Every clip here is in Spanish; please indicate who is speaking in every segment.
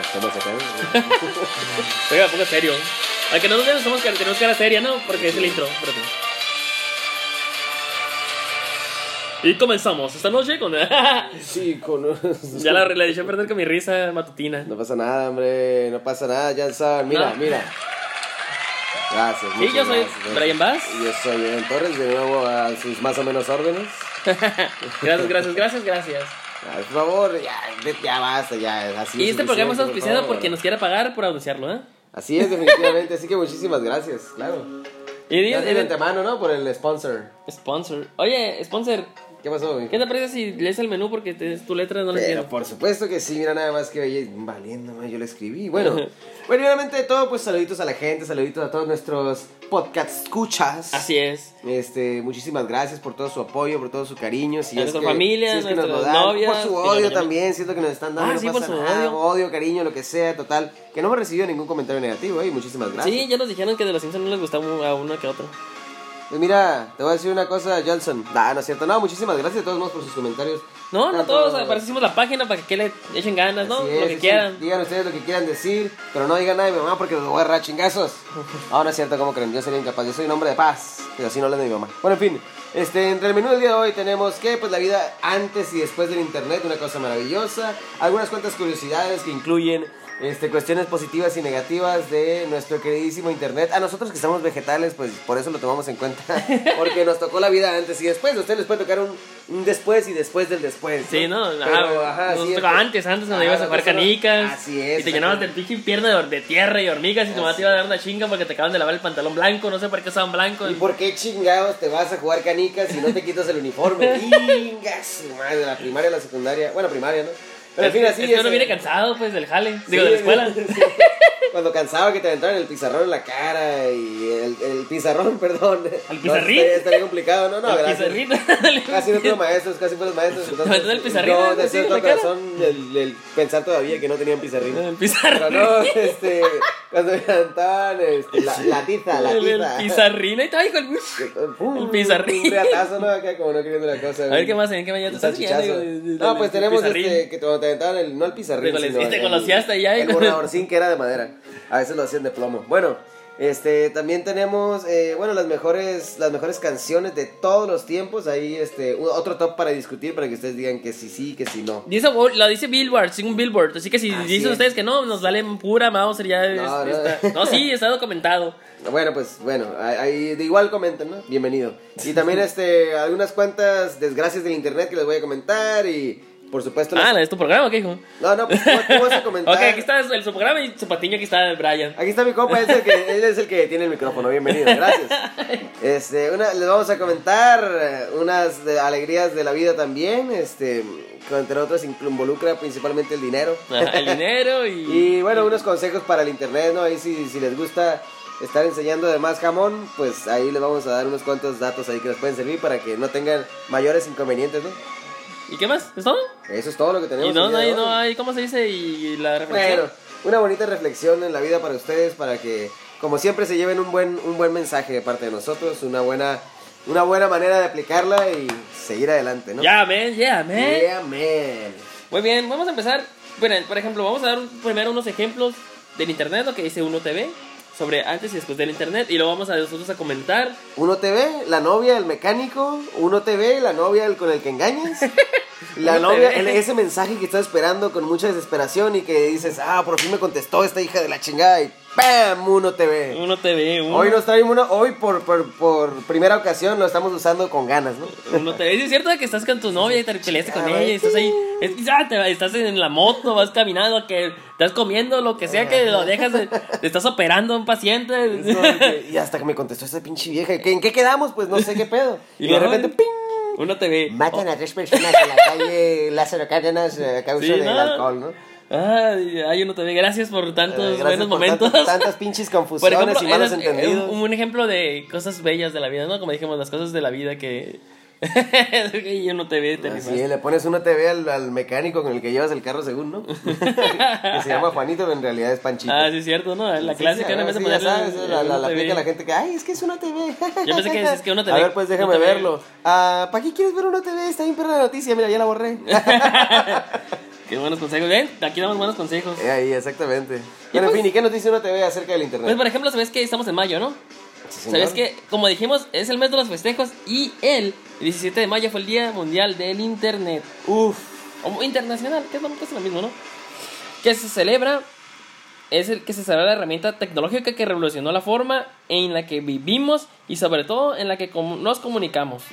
Speaker 1: estamos acá.
Speaker 2: Oiga, poco serio. Aunque nosotros somos, que- tenemos cara seria, ¿no? Porque es el intro. espérate. Y comenzamos esta noche con. ya
Speaker 1: Sí, con
Speaker 2: la, la dejé perder con mi risa matutina.
Speaker 1: No pasa nada, hombre. No pasa nada, ya saben. Mira,
Speaker 2: No.
Speaker 1: mira. Gracias.
Speaker 2: Sí,
Speaker 1: muchas
Speaker 2: yo soy
Speaker 1: gracias.
Speaker 2: Brian Bass.
Speaker 1: Y Yo soy Brian Torres, de nuevo a sus más o menos órdenes.
Speaker 2: Gracias, gracias, gracias, gracias. este
Speaker 1: Ah, Por favor, ya, vete, ya basta, ya. Así
Speaker 2: Y
Speaker 1: es
Speaker 2: este
Speaker 1: suficiente,
Speaker 2: programa está
Speaker 1: por
Speaker 2: auspiciado
Speaker 1: favor.
Speaker 2: porque nos quiere pagar por anunciarlo, ¿eh?
Speaker 1: Así es, definitivamente. Así que muchísimas gracias, claro.
Speaker 2: Y di-
Speaker 1: Gracias de
Speaker 2: di-
Speaker 1: antemano, ¿no? Por el sponsor.
Speaker 2: Sponsor. Oye, sponsor,
Speaker 1: ¿Qué pasó, güey?
Speaker 2: ¿qué te parece si lees el menú porque te- tu letra no la
Speaker 1: Pero
Speaker 2: entiendo?
Speaker 1: por supuesto que sí, mira nada más que oye, valiendo, ma, yo lo escribí. Bueno, primeramente de todo, pues saluditos a la gente, saluditos a todos nuestros podcast escuchas.
Speaker 2: Así es.
Speaker 1: Este, muchísimas gracias por todo su apoyo, por todo su cariño. Si
Speaker 2: A
Speaker 1: es
Speaker 2: nuestra
Speaker 1: que-
Speaker 2: familia,
Speaker 1: si es que nos lo
Speaker 2: nuestras
Speaker 1: dan,
Speaker 2: novias,
Speaker 1: por
Speaker 2: que
Speaker 1: su
Speaker 2: la
Speaker 1: odio
Speaker 2: mayoría-
Speaker 1: también, siento que nos están dando
Speaker 2: Ah,
Speaker 1: no
Speaker 2: sí, por
Speaker 1: pasa
Speaker 2: su
Speaker 1: nada,
Speaker 2: odio.
Speaker 1: cariño, lo que sea, total. Que no hemos recibido ningún comentario negativo, eh, y muchísimas gracias.
Speaker 2: Sí, ya nos dijeron que de los Simpsons no les gustaba a uno que a otro.
Speaker 1: Pues mira, te voy a decir una cosa, Johnson. Nah, no es cierto, no, muchísimas gracias de todos modos por sus comentarios.
Speaker 2: No, no
Speaker 1: Tanto-
Speaker 2: todos, parece hicimos la página para que le echen ganas, ¿no?
Speaker 1: Así
Speaker 2: Lo
Speaker 1: es,
Speaker 2: que
Speaker 1: sí,
Speaker 2: quieran.
Speaker 1: Digan ustedes lo que quieran decir, pero no digan nada de mi mamá porque los voy a agarrar a chingazos. Ah, no es cierto, como creen, yo sería incapaz. Yo soy un hombre de paz, pero así no hablan de mi mamá. Bueno, en fin, este, entre el menú del día de hoy tenemos que, pues, la vida antes y después del internet, una cosa maravillosa. Algunas cuantas curiosidades que incluyen. Este, cuestiones positivas y negativas de nuestro queridísimo internet. A nosotros que somos vegetales, pues por eso lo tomamos en cuenta. Porque nos tocó la vida antes y después. A ustedes les puede tocar un, un después y después del después.
Speaker 2: Sí, ¿no? Ajá,
Speaker 1: Pero, ajá,
Speaker 2: nos
Speaker 1: sí,
Speaker 2: tocaba
Speaker 1: pues,
Speaker 2: antes, antes
Speaker 1: ajá,
Speaker 2: cuando ibas a jugar
Speaker 1: nosotros-
Speaker 2: canicas.
Speaker 1: Así es. Ah,
Speaker 2: Y te llenabas del pinche pierna de, de tierra y hormigas y tu mamá
Speaker 1: Así
Speaker 2: te iba a dar una chinga porque te acaban de lavar el pantalón blanco. No sé por qué estaban blancos.
Speaker 1: ¿Y por qué chingados te vas a jugar canicas si no te quitas el uniforme? Chingas, madre, la primaria, la secundaria. Bueno, primaria, ¿no? Pero en fin, así
Speaker 2: es que uno
Speaker 1: ese-
Speaker 2: viene cansado, pues, del jale.
Speaker 1: Sí,
Speaker 2: Digo, de la escuela.
Speaker 1: sí. Cuando cansaba que te aventaran el pizarrón en la cara y el, el pizarrón, perdón.
Speaker 2: ¿Al
Speaker 1: No,
Speaker 2: pizarrín?
Speaker 1: estaría- estaría complicado, no, no,
Speaker 2: El
Speaker 1: gracias.
Speaker 2: pizarrín.
Speaker 1: Casi no tuve maestros, casi fueron maestros. entonces,
Speaker 2: aventaron el pizarrín,
Speaker 1: No, de
Speaker 2: ¿no? Sí, en
Speaker 1: cierto
Speaker 2: la cara. Ah,
Speaker 1: corazón, el, el pensar todavía que no tenían pizarrín.
Speaker 2: El
Speaker 1: Pero
Speaker 2: pizarrín.
Speaker 1: no, este, cuando me aventaban este, la, la tiza, la
Speaker 2: El, el
Speaker 1: tiza.
Speaker 2: pizarrín. Ahí está, hijo. el-
Speaker 1: Un
Speaker 2: pizarrín.
Speaker 1: Un reatazo, ¿no? Acá como no queriendo la cosa.
Speaker 2: A ver qué más, en qué mañana
Speaker 1: Un
Speaker 2: te estás
Speaker 1: salchichazo.
Speaker 2: guiando.
Speaker 1: No, pues tenemos
Speaker 2: pizarrín.
Speaker 1: este, que te aventaban el, no el
Speaker 2: Te
Speaker 1: pizarrín,
Speaker 2: conocí-
Speaker 1: sino
Speaker 2: te
Speaker 1: el-
Speaker 2: conocías hasta allá y
Speaker 1: El
Speaker 2: con-
Speaker 1: borradorcín que era de madera. A veces lo hacían de plomo. Bueno, este, también tenemos, eh, bueno, las mejores, las mejores canciones de todos los tiempos. Ahí, este, u- otro top para discutir, para que ustedes digan que sí, sí, que sí, no.
Speaker 2: Dice, wow, lo dice Billboard, sí, un Billboard. Así que si
Speaker 1: Así
Speaker 2: dicen
Speaker 1: es.
Speaker 2: ustedes que no, nos vale pura Mauser ya. es-
Speaker 1: no.
Speaker 2: está- no, sí, está documentado.
Speaker 1: Bueno, pues bueno, ahí- ahí de igual comenten, ¿no? Bienvenido. Y también este algunas cuantas desgracias del internet que les voy a comentar y por supuesto las-
Speaker 2: Ah, la de tu programa, ¿qué hijo?
Speaker 1: No, no, pues tú, tú vas a comentar.
Speaker 2: Ok, aquí está el su programa y su patiño, aquí está el Brian.
Speaker 1: Aquí está mi copa, es el que, él es el que tiene el micrófono. Bienvenido, gracias. Este, una, les vamos a comentar eh, unas de- alegrías de la vida también. Este, que entre otras inclu- involucra principalmente el dinero.
Speaker 2: Ajá, El dinero y.
Speaker 1: Y bueno, unos consejos para el internet, ¿no? Ahí si, si les gusta estar enseñando de más jamón, pues ahí les vamos a dar unos cuantos datos ahí que les pueden servir para que no tengan mayores inconvenientes, ¿no?
Speaker 2: ¿Y qué más? ¿Es todo?
Speaker 1: Eso es todo lo que tenemos.
Speaker 2: Y no,
Speaker 1: el día
Speaker 2: no
Speaker 1: de
Speaker 2: hay,
Speaker 1: hoy.
Speaker 2: no hay, ¿cómo se dice? Y la reflexión.
Speaker 1: Bueno, una bonita reflexión en la vida para ustedes, para que, como siempre, se lleven un buen, un buen mensaje de parte de nosotros, una buena, una buena manera de aplicarla y seguir adelante, ¿no? ¡Eh,
Speaker 2: Ya, men, ya, men.
Speaker 1: Yeah, man.
Speaker 2: Muy bien, vamos a empezar. Bueno, por ejemplo, vamos a dar un- primero unos ejemplos del internet, lo que dice Uno TV, sobre antes y después del internet. Y lo vamos a nosotros a comentar.
Speaker 1: Uno te ve, la novia del mecánico, uno te ve, la novia del con el que engañas. La
Speaker 2: Uno te
Speaker 1: novia,
Speaker 2: ve.
Speaker 1: el- ese mensaje que estás esperando con mucha desesperación y que dices, ah, por fin me contestó esta hija de la chingada y ¡pam! Uno te ve.
Speaker 2: Uno TV, uno.
Speaker 1: Hoy nos traemos uno, hoy por, por, por primera ocasión lo estamos usando con ganas, ¿no?
Speaker 2: Uno te es cierto que estás con tu novia y te peleaste con
Speaker 1: Chingada,
Speaker 2: ella y estás ahí, es, ah, te- estás en la moto, vas caminando, que estás comiendo lo que sea que lo dejas, eh, te estás operando a un
Speaker 1: Eso,
Speaker 2: paciente.
Speaker 1: que- y hasta que me contestó esa pinche vieja. ¿qué- ¿En qué quedamos? Pues no sé qué pedo.
Speaker 2: Y
Speaker 1: Y, de
Speaker 2: luego-
Speaker 1: repente, ¡ping!
Speaker 2: Uno te ve.
Speaker 1: Matan a tres personas en la calle Lázaro Cárdenas eh, a causa
Speaker 2: Sí,
Speaker 1: del
Speaker 2: ¿no?
Speaker 1: alcohol, ¿no?
Speaker 2: Ay, ay, uno te ve. Gracias por
Speaker 1: Eh,
Speaker 2: tantos
Speaker 1: gracias
Speaker 2: buenos
Speaker 1: por
Speaker 2: momentos.
Speaker 1: tantas- tantas pinches
Speaker 2: Por
Speaker 1: confusiones
Speaker 2: ejemplo,
Speaker 1: y malos
Speaker 2: esas- eh,
Speaker 1: entendidos.
Speaker 2: un, un ejemplo de cosas bellas de la vida, ¿no? Como dijimos, las cosas de la vida que, y uno te ve, te
Speaker 1: Así
Speaker 2: rifas.
Speaker 1: es, le pones una TV al, al mecánico con el que llevas el carro según, ¿no? que se llama Juanito, pero en realidad es Panchito.
Speaker 2: Ah, sí, es cierto, ¿no? La
Speaker 1: Sí,
Speaker 2: clásica,
Speaker 1: sí,
Speaker 2: no me
Speaker 1: sí,
Speaker 2: hace
Speaker 1: ya
Speaker 2: ponerle
Speaker 1: sabes,
Speaker 2: el-
Speaker 1: la,
Speaker 2: el
Speaker 1: la,
Speaker 2: uno
Speaker 1: la
Speaker 2: te ve.
Speaker 1: aplica la gente que, ay, es que es una TV.
Speaker 2: Yo pensé que decías que uno te
Speaker 1: A
Speaker 2: ve.
Speaker 1: ver, pues déjame
Speaker 2: Uno te ve.
Speaker 1: verlo. Ah, ¿para qué quieres ver una TV? Está bien perra la noticia, mira, ya la borré.
Speaker 2: Qué buenos consejos, ¿ven? Aquí damos buenos consejos.
Speaker 1: Eh, ahí, exactamente. Bueno, en
Speaker 2: pues-
Speaker 1: fin, ¿y qué nos dice una TV acerca del
Speaker 2: Pues,
Speaker 1: internet?
Speaker 2: por ejemplo, sabes que estamos en mayo, ¿no?
Speaker 1: Sí, señor.
Speaker 2: Sabes que, como dijimos, es el mes de los festejos y el 17 de mayo fue el Día Mundial del Internet.
Speaker 1: Uf,
Speaker 2: O internacional, que es lo, casi lo mismo, ¿no? Que se celebra, es el que se celebra la herramienta tecnológica que revolucionó la forma en la que vivimos y sobre todo en la que comu- nos comunicamos.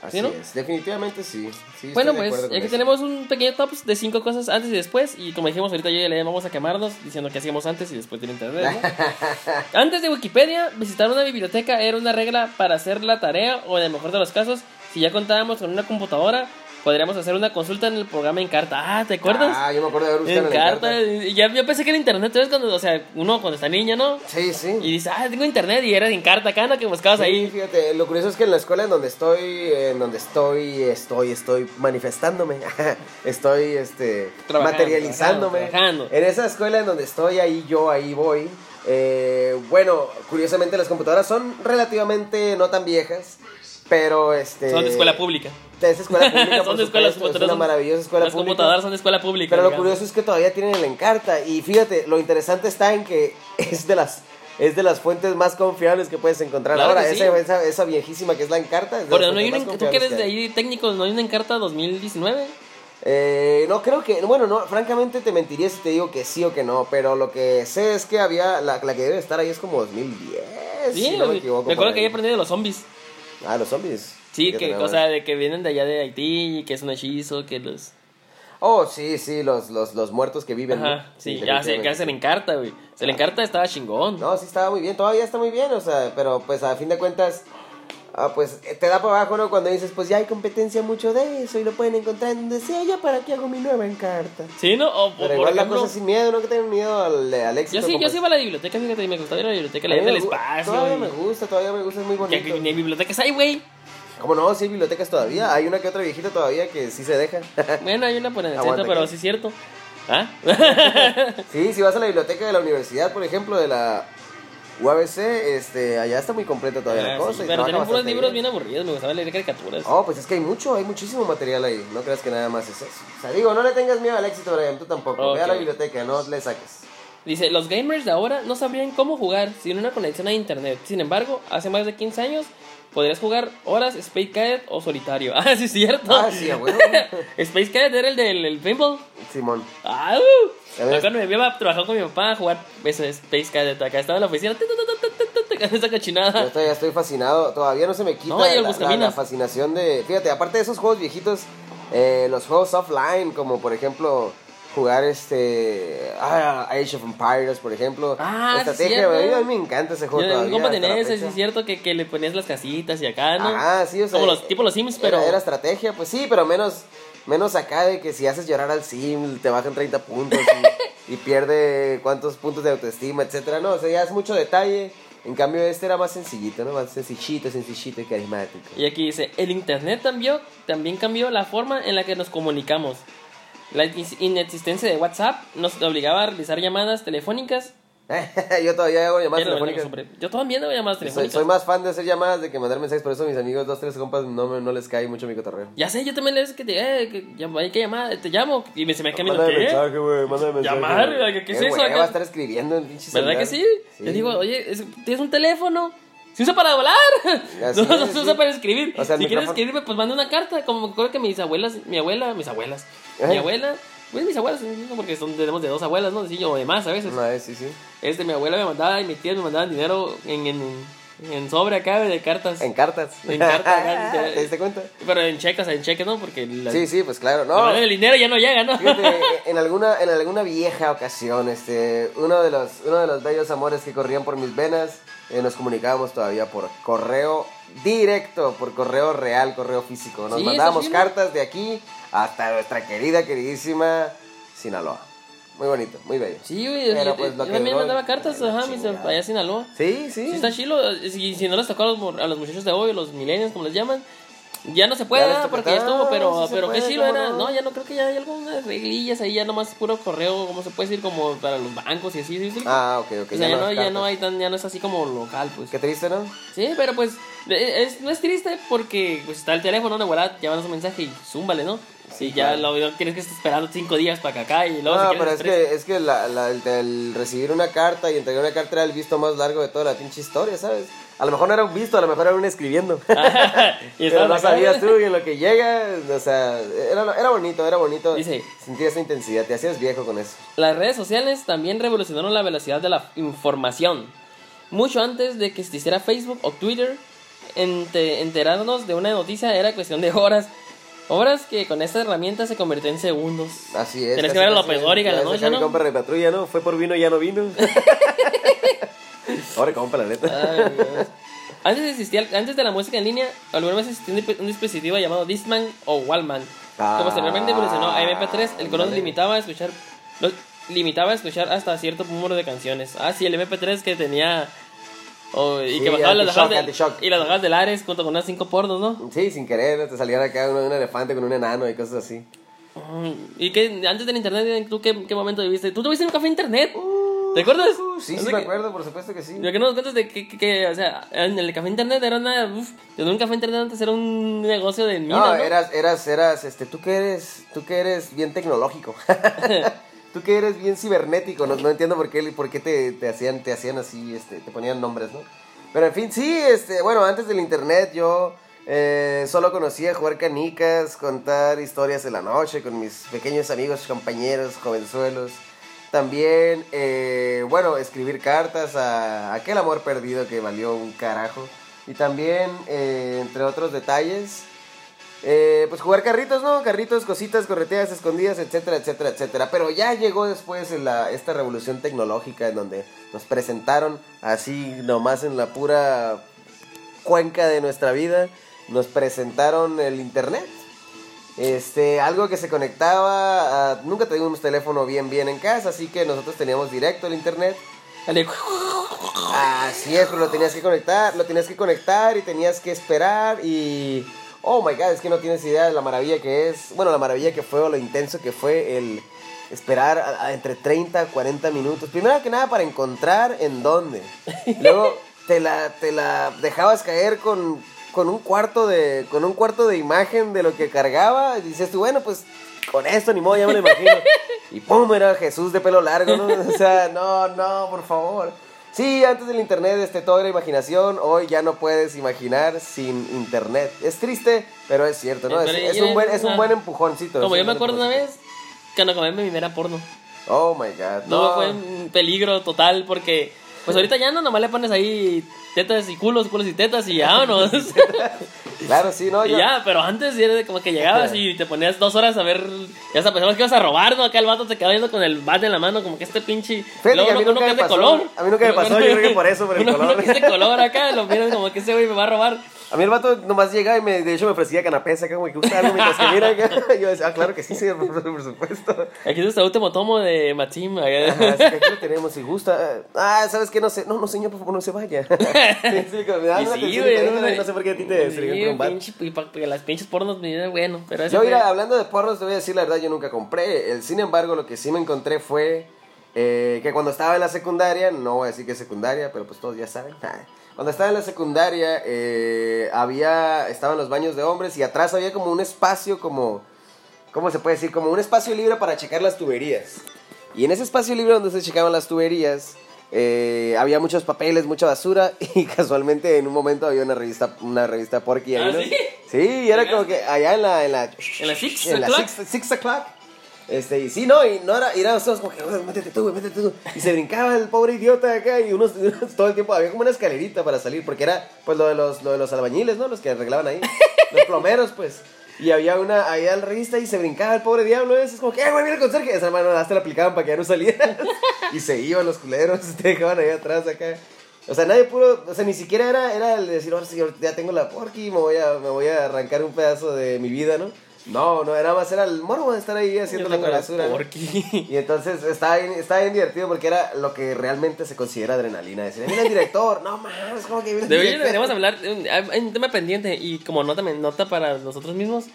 Speaker 1: así
Speaker 2: ¿Sí, no?
Speaker 1: es, definitivamente sí. sí
Speaker 2: bueno,
Speaker 1: estoy de
Speaker 2: pues,
Speaker 1: acuerdo con
Speaker 2: aquí
Speaker 1: eso.
Speaker 2: tenemos un pequeño top de cinco cosas antes y después. Y como dijimos ahorita, yo ya le vamos a quemarnos diciendo que hacíamos antes y después del internet, ¿no? Antes de Wikipedia, visitar una biblioteca era una regla para hacer la tarea o, en el mejor de los casos, si ya contábamos con una computadora, podríamos hacer una consulta en el programa Encarta. Ah, ¿te acuerdas?
Speaker 1: Ah, yo me acuerdo de haber buscado
Speaker 2: En
Speaker 1: en la carta.
Speaker 2: carta, y ya yo pensé que era internet, ¿tú ves cuando, o sea, uno cuando está niño, ¿no?
Speaker 1: Sí, sí.
Speaker 2: Y dice, ah, tengo internet y era en carta acá, ¿no? Que buscabas
Speaker 1: Sí,
Speaker 2: ahí.
Speaker 1: fíjate, lo curioso es que en la escuela en donde estoy, en donde estoy, estoy, estoy manifestándome, estoy, este,
Speaker 2: Trabajando,
Speaker 1: materializándome.
Speaker 2: trabajando, trabajando.
Speaker 1: En esa escuela en donde estoy, ahí yo, ahí voy. eh, bueno, curiosamente las computadoras son relativamente no tan viejas, pero este...
Speaker 2: Son de escuela pública.
Speaker 1: de esa escuela pública,
Speaker 2: Son
Speaker 1: por
Speaker 2: de
Speaker 1: supuesto,
Speaker 2: escuela-
Speaker 1: es
Speaker 2: computadoras
Speaker 1: una
Speaker 2: son-
Speaker 1: maravillosa escuela
Speaker 2: Las
Speaker 1: pública.
Speaker 2: computadoras son de escuela pública.
Speaker 1: Pero lo
Speaker 2: digamos.
Speaker 1: curioso es que todavía tienen el encarta y fíjate, lo interesante está en que es de las es de las fuentes más confiables que puedes encontrar
Speaker 2: Claro
Speaker 1: ahora.
Speaker 2: que sí.
Speaker 1: Esa, esa, esa viejísima que es la encarta. es de
Speaker 2: Pero
Speaker 1: las
Speaker 2: no hay
Speaker 1: fuentes
Speaker 2: una,
Speaker 1: más
Speaker 2: tú que eres de
Speaker 1: confiables
Speaker 2: ahí técnico, ¿no hay una Encarta 2019?
Speaker 1: que hay. Eh, no creo que, bueno, no, francamente te mentiría si te digo que sí o que no, pero lo que sé es que había la, la que debe estar ahí es como 2010.
Speaker 2: Sí,
Speaker 1: si no me equivoco. por
Speaker 2: acuerdo que
Speaker 1: ahí.
Speaker 2: había aprendido de los zombies.
Speaker 1: Ah, los zombies.
Speaker 2: Sí,
Speaker 1: Fíjate
Speaker 2: que,
Speaker 1: nada
Speaker 2: o sea,
Speaker 1: más.
Speaker 2: de que vienen de allá de Haití y que es un hechizo, que los...
Speaker 1: Oh, sí, sí, los, los, los muertos que viven. ¿no?
Speaker 2: Ajá, sí, ya se, que hacen Encarta, güey. O sea, el Encarta estaba chingón.
Speaker 1: Ah. No, sí estaba muy bien, todavía está muy bien, o sea, pero pues a fin de cuentas, ah, pues eh, te da para abajo, ¿no? Cuando dices, pues ya hay competencia mucho de eso y lo pueden encontrar en donde sea, ya para qué hago mi nueva encarta.
Speaker 2: Sí, ¿no? O, o
Speaker 1: Pero
Speaker 2: por
Speaker 1: igual la
Speaker 2: ejemplo...
Speaker 1: cosa es sin miedo, no que tengan miedo al, al éxito.
Speaker 2: Yo sí, yo
Speaker 1: como-
Speaker 2: sí iba a la biblioteca, fíjate, y me gustaba ir a la biblioteca,
Speaker 1: A
Speaker 2: leer
Speaker 1: mí
Speaker 2: del
Speaker 1: me gu-
Speaker 2: espacio.
Speaker 1: Todavía
Speaker 2: y-
Speaker 1: me gusta, todavía me gusta, es muy
Speaker 2: Que, que ni
Speaker 1: bonito.
Speaker 2: hay bibliotecas hay, güey.
Speaker 1: Como no, sí hay bibliotecas todavía, hay una que otra viejita todavía que sí se deja.
Speaker 2: Bueno, hay una por en el
Speaker 1: Aguanta,
Speaker 2: centro, pero
Speaker 1: ¿qué?
Speaker 2: sí es cierto. ¿Ah?
Speaker 1: Sí, si vas a la biblioteca de la universidad, por ejemplo, de la UABC, este, allá está muy completa todavía la
Speaker 2: Ah,
Speaker 1: cosa.
Speaker 2: sí,
Speaker 1: y
Speaker 2: pero
Speaker 1: trabaja
Speaker 2: tenían puros
Speaker 1: bastante
Speaker 2: libros
Speaker 1: bien.
Speaker 2: bien aburridos, me gustaba leer caricaturas.
Speaker 1: Oh, pues es que hay mucho, hay muchísimo material ahí. No creas que nada más es eso. O sea, digo, no le tengas miedo al éxito, Brian, tú tampoco. Ve a la
Speaker 2: Ok.
Speaker 1: biblioteca, no le saques.
Speaker 2: Dice, los gamers de ahora no sabrían cómo jugar sin una conexión a internet. Sin embargo, hace más de 15 años podrías jugar horas Space Cadet o solitario. Ah, sí es cierto.
Speaker 1: Ah, sí, a huevo.
Speaker 2: Space Cadet era el del el pinball.
Speaker 1: Simón.
Speaker 2: Ah, uh.
Speaker 1: A ver.
Speaker 2: Me acuerdo, mi papá trabajó con mi papá a jugar ese Space Cadet. Acá estaba en la oficina. tu, tu, tu, tu, tu, tu, tu, Esa
Speaker 1: Yo
Speaker 2: cachinada.
Speaker 1: estoy, estoy fascinado, todavía no se me quita
Speaker 2: No, y el
Speaker 1: la, la-
Speaker 2: Buscaminas.
Speaker 1: la fascinación de... Fíjate, aparte de esos juegos viejitos, eh, los juegos offline, como por ejemplo jugar este ah, Age of Empires, por ejemplo.
Speaker 2: Ah, sí,
Speaker 1: Estrategia,
Speaker 2: cierto.
Speaker 1: a mí- a mí me encanta ese
Speaker 2: Yo
Speaker 1: juego.
Speaker 2: un
Speaker 1: todavía,
Speaker 2: compa
Speaker 1: hasta la
Speaker 2: tenía ese, sí
Speaker 1: fecha.
Speaker 2: es cierto, que, que le ponías las casitas y acá, Ah, ¿no?
Speaker 1: Ajá, sí, o sea.
Speaker 2: Como los, tipo los Sims, pero...
Speaker 1: Era, era estrategia, pues sí, pero menos, menos acá de que si haces llorar al sim, te bajan 30 puntos y, y pierde cuántos puntos de autoestima, etcétera. No, o sea, ya es mucho detalle. En cambio, este era más sencillito, ¿no? Más sencillito, sencillito y carismático.
Speaker 2: Y aquí dice, el Internet cambió, también cambió la forma en la que nos comunicamos. La inex- inexistencia de WhatsApp nos obligaba a realizar llamadas telefónicas.
Speaker 1: yo todavía hago llamadas
Speaker 2: Era lo único
Speaker 1: telefónicas.
Speaker 2: sobre- Yo también hago llamadas
Speaker 1: Soy,
Speaker 2: telefónicas.
Speaker 1: soy más fan de hacer llamadas de que mandar mensajes, por eso mis amigos, dos, tres compas, no, me- no les cae mucho mi cotorreo.
Speaker 2: Ya sé, yo también le digo que te, eh, que llama- hay que llamar, te llamo. Y me, se me cambia
Speaker 1: Mándame
Speaker 2: ¿qué?
Speaker 1: mensaje, güey, mándame mensaje.
Speaker 2: Llamar,
Speaker 1: güey.
Speaker 2: ¿qué es
Speaker 1: Qué
Speaker 2: eso
Speaker 1: hueva
Speaker 2: acá?
Speaker 1: estar escribiendo en pinche
Speaker 2: ¿Verdad que sí?
Speaker 1: celular.
Speaker 2: Yo digo, oye, es- tienes un teléfono. Se usa para volar.
Speaker 1: Así
Speaker 2: No, no
Speaker 1: es,
Speaker 2: se
Speaker 1: sí.
Speaker 2: usa para escribir.
Speaker 1: O sea, el
Speaker 2: si quieres
Speaker 1: micrófono-
Speaker 2: escribirme, pues manda una carta. Como me acuerdo que mis abuelas, mi abuela, mis abuelas, mi
Speaker 1: Ajá.
Speaker 2: abuela, pues mis abuelas, no, porque son, tenemos de dos abuelas, ¿no? Sí, o de más a veces.
Speaker 1: Una vez, sí, sí.
Speaker 2: Este, mi abuela me mandaba y mis tías me mandaban dinero en, en, en sobre acá de cartas.
Speaker 1: En cartas.
Speaker 2: En cartas, ya, ya.
Speaker 1: ¿Te diste cuenta?
Speaker 2: Pero en cheques, en cheques, ¿no? Porque la,
Speaker 1: Sí, sí, pues claro,
Speaker 2: la
Speaker 1: no.
Speaker 2: moneda del dinero ya no llega, ¿no?
Speaker 1: Fíjate, en alguna, en alguna vieja ocasión, este, uno de los, uno de los bellos amores que corrían por mis venas, eh, nos comunicábamos todavía por correo directo, por correo real, correo físico. Nos
Speaker 2: Sí,
Speaker 1: mandábamos
Speaker 2: eso sí, ¿no?
Speaker 1: cartas de aquí hasta nuestra querida, queridísima Sinaloa. Muy bonito, muy bello.
Speaker 2: Sí, güey.
Speaker 1: Pero,
Speaker 2: Yo,
Speaker 1: pues, lo
Speaker 2: yo
Speaker 1: que
Speaker 2: también
Speaker 1: duró-
Speaker 2: mandaba cartas,
Speaker 1: Ay, la
Speaker 2: ajá, mis
Speaker 1: chingada.
Speaker 2: allá en Sinaloa.
Speaker 1: Sí, sí.
Speaker 2: Sí, está chilo. Si, si no les tocó a los, mor- a los muchachos de hoy, los millennials, como les llaman, Ya no se puede,
Speaker 1: Ya les
Speaker 2: ¿verdad?
Speaker 1: tocó-
Speaker 2: porque ya estuvo,
Speaker 1: Ah,
Speaker 2: pero,
Speaker 1: sí se
Speaker 2: pero qué
Speaker 1: puede,
Speaker 2: chilo
Speaker 1: ¿cómo
Speaker 2: era.
Speaker 1: no?
Speaker 2: No, ya no creo que ya hay algunas reglillas ahí, ya nomás puro correo, ¿cómo se puede decir? Como para los bancos y así, ¿sí? sí.
Speaker 1: Ah, ok, ok.
Speaker 2: o sea, ya no, ya
Speaker 1: cartas.
Speaker 2: no hay tan, ya no es así como local, pues.
Speaker 1: Qué triste, ¿no?
Speaker 2: Sí, pero pues, eh, es, no es triste porque pues está el teléfono, de volada, ya mandas un mensaje y zúmbale, ¿no? Sí, ya
Speaker 1: claro.
Speaker 2: lo, lo tienes que estar esperando cinco días para que acá y luego
Speaker 1: No,
Speaker 2: si quieres
Speaker 1: pero es
Speaker 2: tres.
Speaker 1: que, es que la, la- el, el recibir una carta y entregar una carta era el visto más largo de toda la pinche historia, ¿sabes? A lo mejor no era un visto, a lo mejor era un escribiendo.
Speaker 2: y
Speaker 1: Pero
Speaker 2: estabas
Speaker 1: no
Speaker 2: acá.
Speaker 1: sabías tú que lo que llega, o sea, era, era bonito, era bonito.
Speaker 2: Dice-
Speaker 1: Sentir esa intensidad, te hacías viejo con eso.
Speaker 2: Las redes sociales también revolucionaron la velocidad de la información. Mucho antes de que se hiciera Facebook o Twitter, ente- enterarnos de una noticia era cuestión de horas. Horas que con esta herramienta se convirtió en segundos.
Speaker 1: Así es.
Speaker 2: Tenés
Speaker 1: casi,
Speaker 2: que ver a
Speaker 1: casi,
Speaker 2: López Dóriga en la
Speaker 1: ya
Speaker 2: noche,
Speaker 1: saca Mi
Speaker 2: ¿no?
Speaker 1: compa de patrulla, ¿no? Fue por vino, ya no vino. Ahora compa, la neta.
Speaker 2: Ay, Dios. antes, existía, antes de la música en línea, alguna vez existió un, dip- un dispositivo llamado Discman o Wallman.
Speaker 1: Ah,
Speaker 2: que posteriormente evolucionó a MP3, el cual nos
Speaker 1: ándale.
Speaker 2: limitaba a escuchar nos limitaba a escuchar hasta cierto número de canciones. Ah, sí, el MP3 que tenía oh, y
Speaker 1: Sí,
Speaker 2: que bajaba las
Speaker 1: anti-shock,
Speaker 2: bajadas
Speaker 1: anti-shock.
Speaker 2: de, y las bajadas de Lares junto con unas cinco pornos, ¿no?
Speaker 1: Sí, sin querer, te salían acá uno de un elefante con un enano y cosas así.
Speaker 2: Mm, Y que antes del internet, ¿tú qué, qué momento viviste? ¿Tú tuviste un café internet? ¿Te acuerdas?
Speaker 1: Sí,
Speaker 2: Así
Speaker 1: sí,
Speaker 2: que-
Speaker 1: me acuerdo, por supuesto que sí.
Speaker 2: Lo que no nos cuentas de que, que- que, o sea, en el café internet era una. Uf, en un café internet antes era un negocio de mina,
Speaker 1: no,
Speaker 2: ¿no?
Speaker 1: eras, eras, eras, este, tú que eres, tú que eres bien tecnológico. tú que eres bien cibernético, no, no entiendo por qué, por qué te, te hacían, te hacían así, este, te ponían nombres, ¿no? Pero en fin, sí, este, bueno, antes del internet yo eh, solo conocía jugar canicas, contar historias de la noche con mis pequeños amigos, compañeros, jovenzuelos. También, eh, bueno, escribir cartas a aquel amor perdido que valió un carajo. Y también, eh, entre otros detalles, eh, pues jugar carritos, ¿no? Carritos, cositas, correteadas, escondidas, etcétera, etcétera, etcétera. Pero ya llegó después en la- esta revolución tecnológica en donde nos presentaron así nomás en la pura cuenca de nuestra vida, nos presentaron el internet. Este, algo que se conectaba, a- nunca teníamos teléfono bien bien en casa, así que nosotros teníamos directo el internet.
Speaker 2: Dale.
Speaker 1: Así es, pero lo tenías que conectar, lo tenías que conectar y tenías que esperar y... Oh my god, es que no tienes idea de la maravilla que es, bueno, la maravilla que fue o lo intenso que fue el esperar a- a entre 30 a 40 minutos. Primero que nada para encontrar en dónde. Luego te la, te la dejabas caer con, con un cuarto de con un cuarto de imagen de lo que cargaba y dices tú, bueno, pues con esto ni modo, ya me lo imagino. Y pum, era Jesús de pelo largo, ¿no? O sea, no, no, por favor. Sí, antes del internet este todo era imaginación, hoy ya no puedes imaginar sin internet. Es triste, pero es cierto, ¿no? Es,
Speaker 2: Pero
Speaker 1: es
Speaker 2: ya-
Speaker 1: un buen es un
Speaker 2: ah.
Speaker 1: buen empujoncito.
Speaker 2: Como
Speaker 1: es
Speaker 2: yo
Speaker 1: un
Speaker 2: me
Speaker 1: buen
Speaker 2: acuerdo una
Speaker 1: empujoncito.
Speaker 2: vez, cuando acabé mi primera porno.
Speaker 1: Oh my god.
Speaker 2: No, fue un peligro total porque. Pues ahorita ya no, nomás le pones ahí tetas y culos, culos y tetas y vámonos.
Speaker 1: Claro, sí, no,
Speaker 2: y
Speaker 1: yo-
Speaker 2: ya, pero antes sí era como que llegabas y te ponías dos horas a ver. Ya hasta pensabas que ibas a robar, ¿no? Acá el vato te quedaba viendo con el bat en la mano, como que este pinche.
Speaker 1: Fíjate
Speaker 2: Luego
Speaker 1: que a mí
Speaker 2: uno- uno
Speaker 1: nunca
Speaker 2: que es
Speaker 1: me
Speaker 2: de
Speaker 1: pasó.
Speaker 2: color.
Speaker 1: A mí nunca me pasó, yo creo que por eso, por el
Speaker 2: Uno-
Speaker 1: color.
Speaker 2: Uno que es de color acá, lo miras como que ese güey me va a robar.
Speaker 1: A mí el vato nomás llegaba y me, de hecho me ofrecía canapés acá, como que gusta algo mientras que mira acá. Yo decía, ah, claro que sí, señor, por, por supuesto.
Speaker 2: Aquí es el último tomo de Matim.
Speaker 1: Ajá, así que aquí lo tenemos, si gusta. Ah, ¿sabes qué? No sé. No, no, señor, por favor, no se vaya. Sí, sí, como me da
Speaker 2: Y
Speaker 1: una
Speaker 2: sí,
Speaker 1: atención
Speaker 2: güey,
Speaker 1: diferente,
Speaker 2: güey.
Speaker 1: no sé por qué a ti te sirvió
Speaker 2: Sí,
Speaker 1: por un vato.
Speaker 2: pinche- y pa- porque las pinches pornos me dieron bueno. Pero ese
Speaker 1: Yo,
Speaker 2: fue-
Speaker 1: mira, hablando de porros, te voy a decir la verdad, yo nunca compré. El, sin embargo, lo que sí me encontré fue eh, que cuando estaba en la secundaria, no voy a decir que secundaria, pero pues todos ya saben. Cuando estaba en la secundaria, eh, había, estaban los baños de hombres y atrás había como un espacio, como, ¿cómo se puede decir? Como un espacio libre para checar las tuberías. Y en ese espacio libre donde se checaban las tuberías, eh, había muchos papeles, mucha basura y casualmente en un momento había una revista, una revista Porky ahí,
Speaker 2: ¿Ah,
Speaker 1: ¿no?
Speaker 2: sí?
Speaker 1: Sí, y era como que allá en la... En la,
Speaker 2: ¿En la six
Speaker 1: en la
Speaker 2: o'clock?
Speaker 1: six- six o'clock. Este, y sí, no, y no era, y eran todos como que, "Güey, métete tú, güey, métete tú. Y se brincaba el pobre idiota acá y unos, unos todo el tiempo, había como una escalerita para salir, porque era, pues, lo de los, lo de los albañiles, ¿no? Los que arreglaban ahí, los plomeros, pues. Y había una, había el revista y se brincaba el pobre diablo, ese, es como que, "Eh, güey, mira el conserje. Esa mano hasta la aplicaban para que ya no saliera. y se iban los culeros, te dejaban ahí atrás acá. O sea, nadie puro, o sea, ni siquiera era, era el decir, ahora sí, ahorita ya tengo la porky, me voy, a, me voy a arrancar un pedazo de mi vida, ¿no? No, no, era más, era el morbo de estar ahí haciendo la
Speaker 2: basura.
Speaker 1: basura. Y entonces estaba bien, estaba bien divertido porque era lo que realmente se considera adrenalina. Decir, mira el director, no mames, como que viene el director.
Speaker 2: deberíamos hablar, de un- hay un tema pendiente y como nota, nota para nosotros mismos,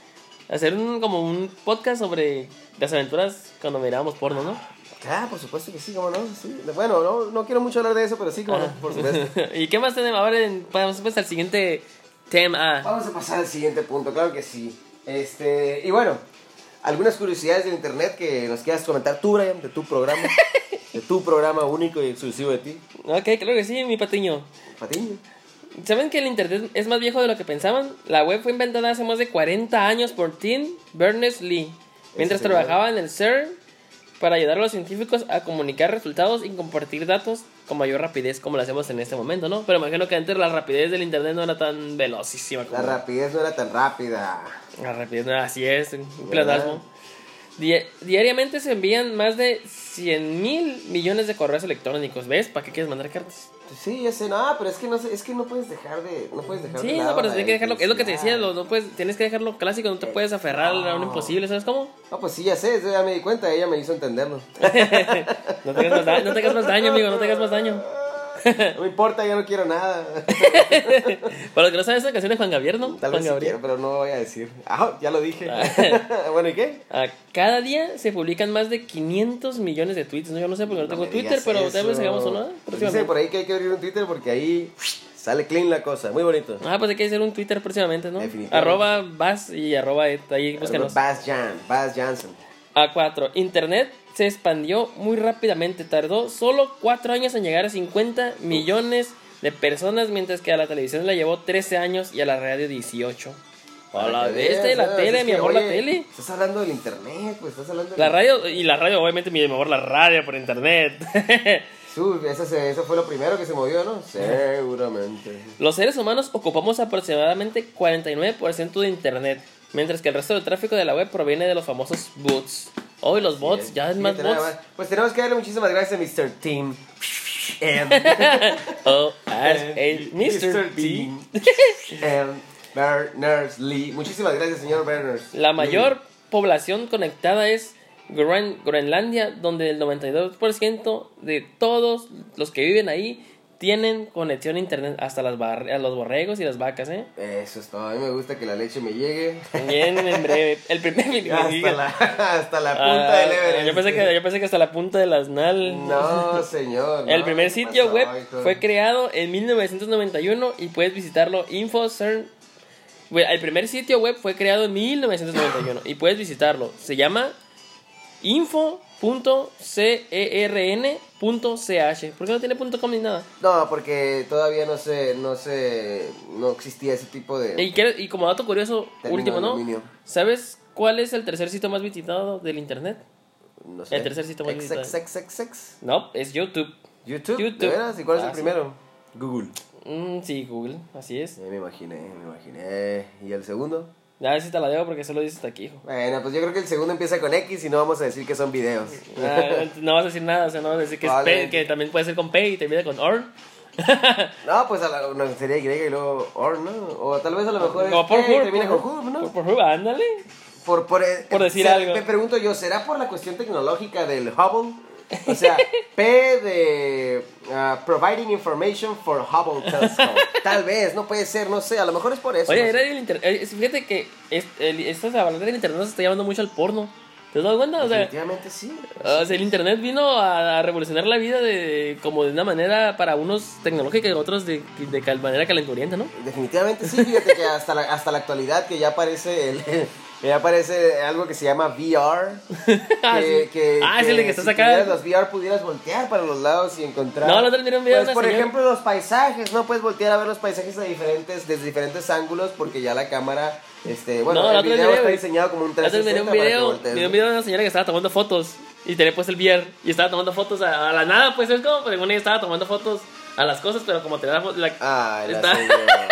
Speaker 2: hacer un, como un podcast sobre las aventuras cuando mirábamos porno, ¿no?
Speaker 1: Claro, por supuesto que sí, como no. Sí. Bueno, no, no quiero mucho hablar de eso, pero sí, como
Speaker 2: Ah.
Speaker 1: no, por supuesto.
Speaker 2: ¿Y qué más tenemos? Ahora en- vamos pues, al siguiente tema.
Speaker 1: Vamos a pasar al siguiente punto, claro que sí. Este, y bueno, algunas curiosidades del internet que nos quieras comentar tú, Brian, de tu programa, de tu programa único y exclusivo de ti,
Speaker 2: Ok, claro que sí, mi patiño.
Speaker 1: Patiño.
Speaker 2: ¿Saben que el internet es más viejo de lo que pensaban? La web fue inventada hace más de 40 años por Tim Berners-Lee, mientras
Speaker 1: señor.
Speaker 2: trabajaba en el CERN para ayudar a los científicos a comunicar resultados y compartir datos con mayor rapidez, como lo hacemos en este momento, ¿no? Pero imagino que antes la rapidez del internet no era tan velocísima.
Speaker 1: La
Speaker 2: como-
Speaker 1: rapidez no era tan rápida.
Speaker 2: la rapidez, no, así es, un
Speaker 1: ¿Verdad?
Speaker 2: plasmo. Di- diariamente se envían más de 100 mil millones de correos electrónicos. ¿Ves? ¿Para qué quieres mandar cartas?
Speaker 1: Sí, ya sé, no, pero es que no, sé- es que no puedes dejar de, no puedes dejar de
Speaker 2: Sí,
Speaker 1: lado
Speaker 2: no, pero
Speaker 1: la
Speaker 2: tienes que dejarlo. Es lo que te decía,
Speaker 1: electricidad.
Speaker 2: lo- no puedes, tienes que dejarlo clásico, no te puedes aferrar a un imposible, ¿sabes cómo?
Speaker 1: No, pues sí, ya sé, eso ya me di cuenta, ella me hizo entenderlo.
Speaker 2: No te hagas más, da- no te hagas más daño, amigo, no te hagas más daño.
Speaker 1: No me importa, ya no quiero nada.
Speaker 2: Para los que no saben, esa canción de Juan Gabriel, ¿no?
Speaker 1: Tal
Speaker 2: Juan
Speaker 1: vez sí
Speaker 2: Gabriel.
Speaker 1: quiero, pero no voy a decir. Ah, ya lo dije. bueno, ¿y qué?
Speaker 2: Ah, cada día se publican más de 500 millones de tweets. ¿no? Yo no sé porque no
Speaker 1: No
Speaker 2: tengo
Speaker 1: me
Speaker 2: Twitter,
Speaker 1: digas
Speaker 2: pero tal
Speaker 1: eso. Pues
Speaker 2: vez hagamos uno. ¿eh?
Speaker 1: Dice
Speaker 2: Próximamente.
Speaker 1: por ahí que hay que abrir un Twitter porque ahí sale clean la cosa. Muy bonito.
Speaker 2: Ah, pues hay que hacer un Twitter próximamente, ¿no?
Speaker 1: Definitivamente.
Speaker 2: Arroba Bas y arroba et, ahí búscanos.
Speaker 1: Bass Jan, Bass Jansen.
Speaker 2: A4. Internet se expandió muy rápidamente. Tardó solo 4 años en llegar a 50 millones de personas, mientras que a la televisión le llevó 13 años y a la radio 18. A la
Speaker 1: Para que
Speaker 2: bestia y
Speaker 1: veas,
Speaker 2: la
Speaker 1: ¿no?
Speaker 2: tele,
Speaker 1: Es
Speaker 2: mi
Speaker 1: que,
Speaker 2: amor, la
Speaker 1: oye,
Speaker 2: tele.
Speaker 1: Estás hablando del internet, pues estás hablando.
Speaker 2: La
Speaker 1: del-
Speaker 2: radio, y la radio, obviamente, mi amor, la radio por internet.
Speaker 1: Su, eso, se- eso fue lo primero que se movió, ¿no? Seguramente.
Speaker 2: Los seres humanos ocupamos aproximadamente 49% de internet, mientras que el resto del tráfico de la web proviene de los famosos bots. Hoy los bots, ya es
Speaker 1: Sí,
Speaker 2: más
Speaker 1: nada
Speaker 2: bots.
Speaker 1: más. Pues tenemos que darle muchísimas gracias a Mr. Team. Em,
Speaker 2: Oh,
Speaker 1: Eh,
Speaker 2: as a Mr. B.
Speaker 1: Em, Berners Lee. Muchísimas gracias, señor Berners.
Speaker 2: La mayor población conectada es Gran- Groenlandia, donde el 92% de todos los que viven ahí tienen conexión a internet, hasta las bar- a los borregos y las vacas, ¿eh?
Speaker 1: Eso es todo. A mí me gusta que la leche me llegue.
Speaker 2: Bien, en breve. El primer
Speaker 1: Hasta la, hasta la punta
Speaker 2: Ah,
Speaker 1: del Everest.
Speaker 2: yo, pensé que, yo pensé que hasta la punta de las nal.
Speaker 1: No, señor.
Speaker 2: El
Speaker 1: no,
Speaker 2: primer
Speaker 1: ¿qué
Speaker 2: sitio
Speaker 1: pasó,
Speaker 2: web
Speaker 1: hijo?
Speaker 2: fue creado en 1991 y puedes visitarlo InfoCern. Bueno, El primer sitio web fue creado en 1991 y puedes visitarlo. Se llama E info.cern.ch. ¿Por qué no tiene punto .com ni nada?
Speaker 1: No, porque todavía no se, no se, no existía ese tipo de...
Speaker 2: Y, quiero- y como dato curioso,
Speaker 1: Término
Speaker 2: último,
Speaker 1: de
Speaker 2: ¿no?
Speaker 1: dominio.
Speaker 2: ¿Sabes cuál es el tercer sitio más visitado del internet?
Speaker 1: No sé.
Speaker 2: el tercer sitio web
Speaker 1: Ex,
Speaker 2: digital.
Speaker 1: ex, ex, ex, ex.
Speaker 2: No, es YouTube.
Speaker 1: YouTube, ¿de
Speaker 2: YouTube.
Speaker 1: veras? ¿Y cuál es
Speaker 2: Ah,
Speaker 1: el
Speaker 2: sí.
Speaker 1: primero? Google.
Speaker 2: Mm, sí, Google, así es.
Speaker 1: Ya me imaginé, me imaginé. ¿Y el segundo?
Speaker 2: A ver si te la debo porque solo dices hasta aquí, hijo.
Speaker 1: Bueno, pues yo creo que el segundo empieza con X y no vamos a decir que son videos.
Speaker 2: Ah, no vas a decir nada, o sea, no vas a decir que, es
Speaker 1: Probablemente.
Speaker 2: pay, que también puede ser con Pay y termina con Orn.
Speaker 1: No, pues a la, no, sería Y y luego OR, ¿no? O tal vez a lo mejor es
Speaker 2: Como Ah, por
Speaker 1: P y
Speaker 2: Hub.
Speaker 1: termina
Speaker 2: por-
Speaker 1: con Hub, ¿no?
Speaker 2: Por, por Hub, ándale.
Speaker 1: Por, por, eh,
Speaker 2: Por decir
Speaker 1: se-
Speaker 2: algo.
Speaker 1: Me pregunto yo, ¿será por la cuestión tecnológica del Hubble? O sea, P de ah, Providing Information for Hubble Telescope. Tal vez, no puede ser, no sé, a lo mejor es por eso.
Speaker 2: Oye,
Speaker 1: no
Speaker 2: era
Speaker 1: sé.
Speaker 2: el internet. Fíjate que es, el, estas hablar del internet nos está llevando mucho al porno. ¿Te has dado cuenta? O sea,
Speaker 1: Definitivamente sí.
Speaker 2: o sea, el internet vino a, a revolucionar la vida de como de una manera para unos tecnológica y otros de, de cal- manera calenturienta, ¿no?
Speaker 1: Definitivamente sí, fíjate que hasta la, hasta la actualidad que ya aparece el... que Ya aparece algo que se llama VR.
Speaker 2: Ah,
Speaker 1: Que,
Speaker 2: sí. Ah, es el de que estás acá.
Speaker 1: tuvieras los VR pudieras voltear para los lados y encontrar.
Speaker 2: No, la otra vez miré un video de
Speaker 1: Pues,
Speaker 2: una
Speaker 1: por
Speaker 2: señora-
Speaker 1: ejemplo, los paisajes, ¿no? Puedes voltear a ver los paisajes de diferentes, desde diferentes ángulos porque ya la cámara, este, bueno,
Speaker 2: No,
Speaker 1: el
Speaker 2: la otra vez
Speaker 1: video
Speaker 2: miré,
Speaker 1: está
Speaker 2: güey.
Speaker 1: diseñado como un
Speaker 2: La otra vez
Speaker 1: 360
Speaker 2: miré un
Speaker 1: para que
Speaker 2: video,
Speaker 1: voltees,
Speaker 2: miré un
Speaker 1: ¿no?
Speaker 2: video de una señora que estaba tomando fotos y tenía pues el VR y estaba tomando fotos a, a la nada, pues es como, pero una estaba tomando fotos a las cosas, pero como tenía la, fo- la,
Speaker 1: Ay, la
Speaker 2: Está-
Speaker 1: señora.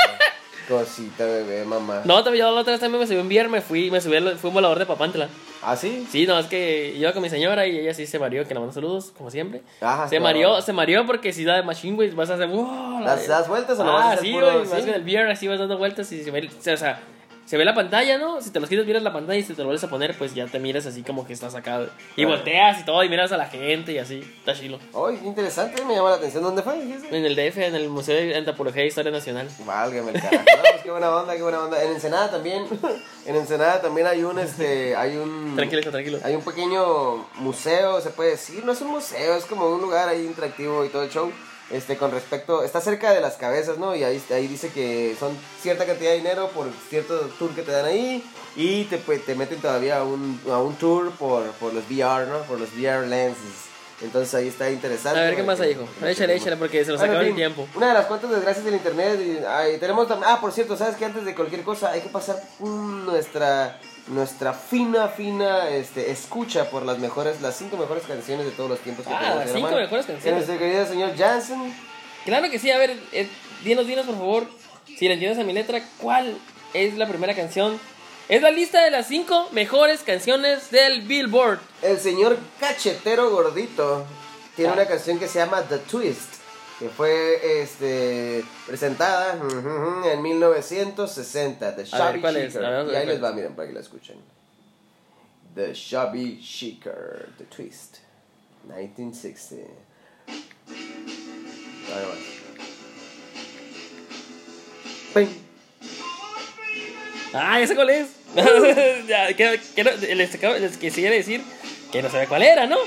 Speaker 1: Cosita, bebé, mamá.
Speaker 2: No, también yo la otra vez también me subí un VR, me fui, me subí, al- fui un volador de Papantla.
Speaker 1: ¿Ah, sí?
Speaker 2: Sí, no, es que iba con mi señora y ella sí se mareó, que le mando saludos, como siempre.
Speaker 1: Ajá,
Speaker 2: se
Speaker 1: claro.
Speaker 2: mareó, se mareó porque si da de machine, güey, vas a hacer... ¡Wow!
Speaker 1: ¿Las- las vueltas o no
Speaker 2: Ah,
Speaker 1: vas a hacer
Speaker 2: sí,
Speaker 1: puro-
Speaker 2: güey,
Speaker 1: sí?
Speaker 2: vas con el VR así vas dando vueltas y se me- o sea, se ve la pantalla, ¿no? Si te los quitas, miras la pantalla y si te lo vuelves a poner, pues ya te miras así como que estás acá. Y
Speaker 1: Ah.
Speaker 2: volteas y todo, y miras a la gente y así. Está chilo.
Speaker 1: Oye, qué interesante, me llama la atención. ¿Dónde fue? dijiste?
Speaker 2: En el DF, en el Museo de Antropología e Historia Nacional.
Speaker 1: Válgame el carajo. No, pues, qué buena onda, qué buena onda. En Ensenada también. En Ensenada también hay un este. Hay un.
Speaker 2: Tranquilo, hijo, tranquilo.
Speaker 1: Hay un pequeño museo, se puede decir, no es un museo, es como un lugar ahí interactivo y todo el show. Este, con respecto, está cerca de las cabezas, ¿no? Y ahí, ahí dice que son cierta cantidad de dinero por cierto tour que te dan ahí y te, pues, te meten todavía a un, a un tour por, por los VR, ¿no? Por los VR lenses. Entonces ahí está
Speaker 2: A
Speaker 1: interesante.
Speaker 2: ver qué
Speaker 1: para
Speaker 2: más
Speaker 1: que-
Speaker 2: hay, hijo.
Speaker 1: para que
Speaker 2: Échale,
Speaker 1: te-
Speaker 2: échale, porque se nos
Speaker 1: bueno,
Speaker 2: acabó
Speaker 1: en
Speaker 2: el
Speaker 1: fin,
Speaker 2: tiempo.
Speaker 1: Una de las cuantas desgracias del internet. y, ay, tenemos tam- Ah, por cierto, sabes que antes de cualquier cosa hay que pasar mm, nuestra nuestra fina fina este escucha por las mejores las cinco mejores canciones de todos los tiempos que
Speaker 2: Ah,
Speaker 1: tenemos
Speaker 2: las
Speaker 1: en la
Speaker 2: cinco
Speaker 1: mano.
Speaker 2: mejores
Speaker 1: De
Speaker 2: canciones.
Speaker 1: nuestro querido señor Jansen
Speaker 2: Claro que sí, a ver, eh, dinos, dinos por favor, si le entiendes a mi letra, ¿cuál es la primera canción? Es la lista de las cinco mejores canciones del Billboard.
Speaker 1: el señor cachetero gordito tiene
Speaker 2: Ah.
Speaker 1: una canción que se llama The Twist que fue este presentada ujú, ujú, en 1960 The
Speaker 2: A
Speaker 1: Shabby
Speaker 2: ver, ¿cuál es?
Speaker 1: Chicker
Speaker 2: A ver, vamos a
Speaker 1: y
Speaker 2: ver
Speaker 1: ahí
Speaker 2: cuál
Speaker 1: les va miren para que la escuchen The Shabby Chicker The Twist 1960 Ahí va. Ping.
Speaker 2: Ah, ¿esa cuál es? Ya, que, que no- les, acabo- les quisiera decir que no sabía cuál era, ¿no?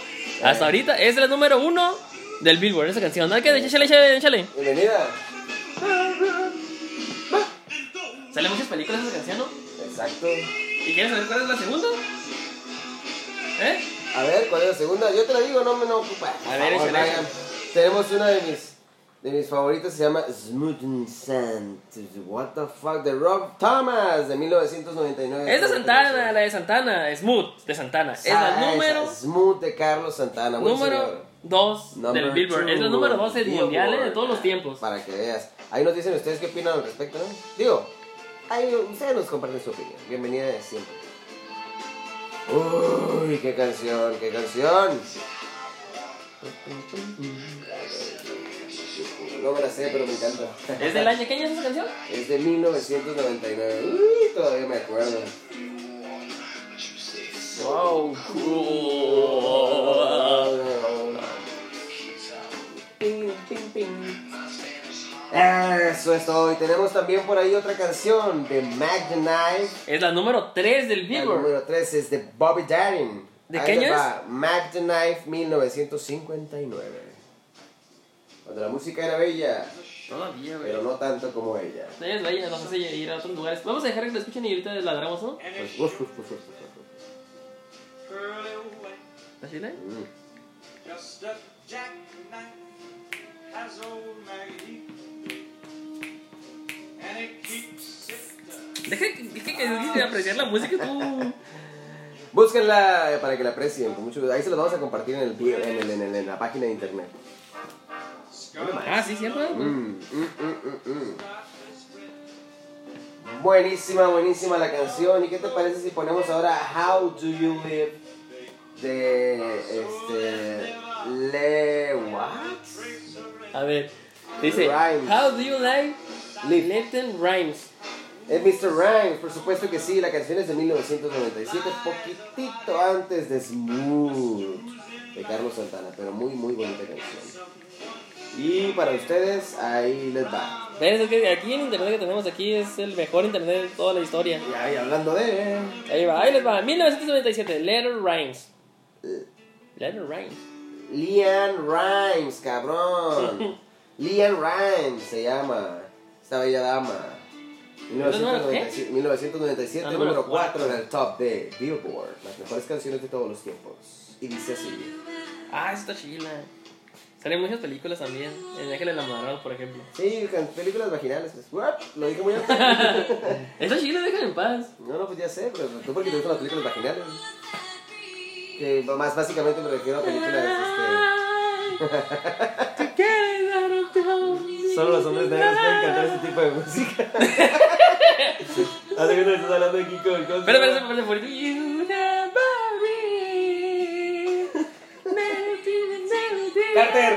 Speaker 2: Hasta ahorita es la número uno del Billboard, esa canción. Dale, que échale, échale, échale.
Speaker 1: bienvenida
Speaker 2: Salen muchas películas esa canción, ¿no?
Speaker 1: exacto
Speaker 2: ¿Y quieres saber cuál es la segunda? ¿Eh?
Speaker 1: A ver, ¿cuál es la segunda? Yo te la digo, no me no ocupa.
Speaker 2: A ver,
Speaker 1: Por favor,
Speaker 2: échale,
Speaker 1: vayan.
Speaker 2: échale.
Speaker 1: Tenemos una de mis de mis favoritas, se llama Smooth and Sand. What the fuck, de Rob Thomas, de 1999.
Speaker 2: Es de Santana, la de Santana, Smooth de Santana. Es la
Speaker 1: Ah,
Speaker 2: número
Speaker 1: esa, Smooth de Carlos Santana. buen señor.
Speaker 2: Número 2 del
Speaker 1: Number
Speaker 2: Billboard.
Speaker 1: two,
Speaker 2: Es la número 12
Speaker 1: Billboard.
Speaker 2: mundial eh, de todos los tiempos.
Speaker 1: Para que veas. Ahí nos dicen ustedes qué opinan al respecto, ¿no? Digo, ahí ustedes nos comparten su opinión. Bienvenida de siempre. Uy, qué canción, qué canción. No me la sé, pero me encanta.
Speaker 2: ¿Es del año? ¿Qué año es esa canción?
Speaker 1: Es de 1999. Uy, todavía me acuerdo.
Speaker 2: Wow,
Speaker 1: Eso es todo. Y tenemos también por ahí otra canción de Magnite.
Speaker 2: Es la número 3 del
Speaker 1: La
Speaker 2: Billboard.
Speaker 1: número 3 es de Bobby Darin.
Speaker 2: ¿De
Speaker 1: Ahí
Speaker 2: qué año
Speaker 1: les
Speaker 2: es?
Speaker 1: va, Mac the Knife 1959. Cuando la música era bella,
Speaker 2: Todavía, güey.
Speaker 1: pero no tanto como ella.
Speaker 2: Ustedes vayan, nos hace ir a otros lugares. Vamos a dejar que la escuchen y ahorita les ladramos, ¿no?
Speaker 1: Pues, uf, uf, uf, uf, uf,
Speaker 2: ¿Está chile?
Speaker 1: uf. Mm.
Speaker 3: Just a jackknife has old Maggie, and it keeps it down.
Speaker 2: Deja que, deja que dejes de apreciar la música tú.
Speaker 1: Búsquenla para que la aprecien. con mucho gusto. Ahí se los vamos a compartir en, el, video- en, el- en el- en la página de internet.
Speaker 2: Ah, sí, cierto.
Speaker 1: Mm, mm, mm, mm, mm. Buenísima, buenísima la canción. ¿Y qué te parece si ponemos ahora How Do You Live de este Le What?
Speaker 2: A ver. Dice,
Speaker 1: Rhymes.
Speaker 2: How do you like
Speaker 1: Live.
Speaker 2: Latin rhymes?
Speaker 1: Es Mr. Rhymes, por supuesto que sí, la canción es de 1997, poquitito antes de Smooth de Carlos Santana, pero muy muy bonita canción. Y para ustedes, ahí les va.
Speaker 2: Pero es que aquí en internet que tenemos aquí es el mejor internet de toda la historia.
Speaker 1: Y ahí hablando de...
Speaker 2: Ahí va, ahí les va. 1997, Letter Rhymes. Letter Rhymes.
Speaker 1: Lian Rhymes, cabrón. Lian Rhymes se llama. Esta bella dama. 1997, 1997,
Speaker 2: La número
Speaker 1: número 4 en
Speaker 2: cuatro.
Speaker 1: el top de Billboard. Las mejores canciones de todos los tiempos. Y dice así.
Speaker 2: Ah, esta chila. Salen muchas películas también. En Ángel Enamorado, por ejemplo.
Speaker 1: Sí, can- películas vaginales. pues, what? Lo dije muy alto.
Speaker 2: Esta chila, déjame en paz.
Speaker 1: no, no, pues ya sé, pero tú porque te gustan las películas vaginales. Que más básicamente me refiero a películas. Este,
Speaker 2: Ay, ¿te quieres dar un toque?
Speaker 1: Solo los hombres negros pueden cantar ese tipo de música. Hace que te estás hablando aquí con cosas.
Speaker 2: Espera, espera, espera, espera. You never be. Never be, never be.
Speaker 1: Carter.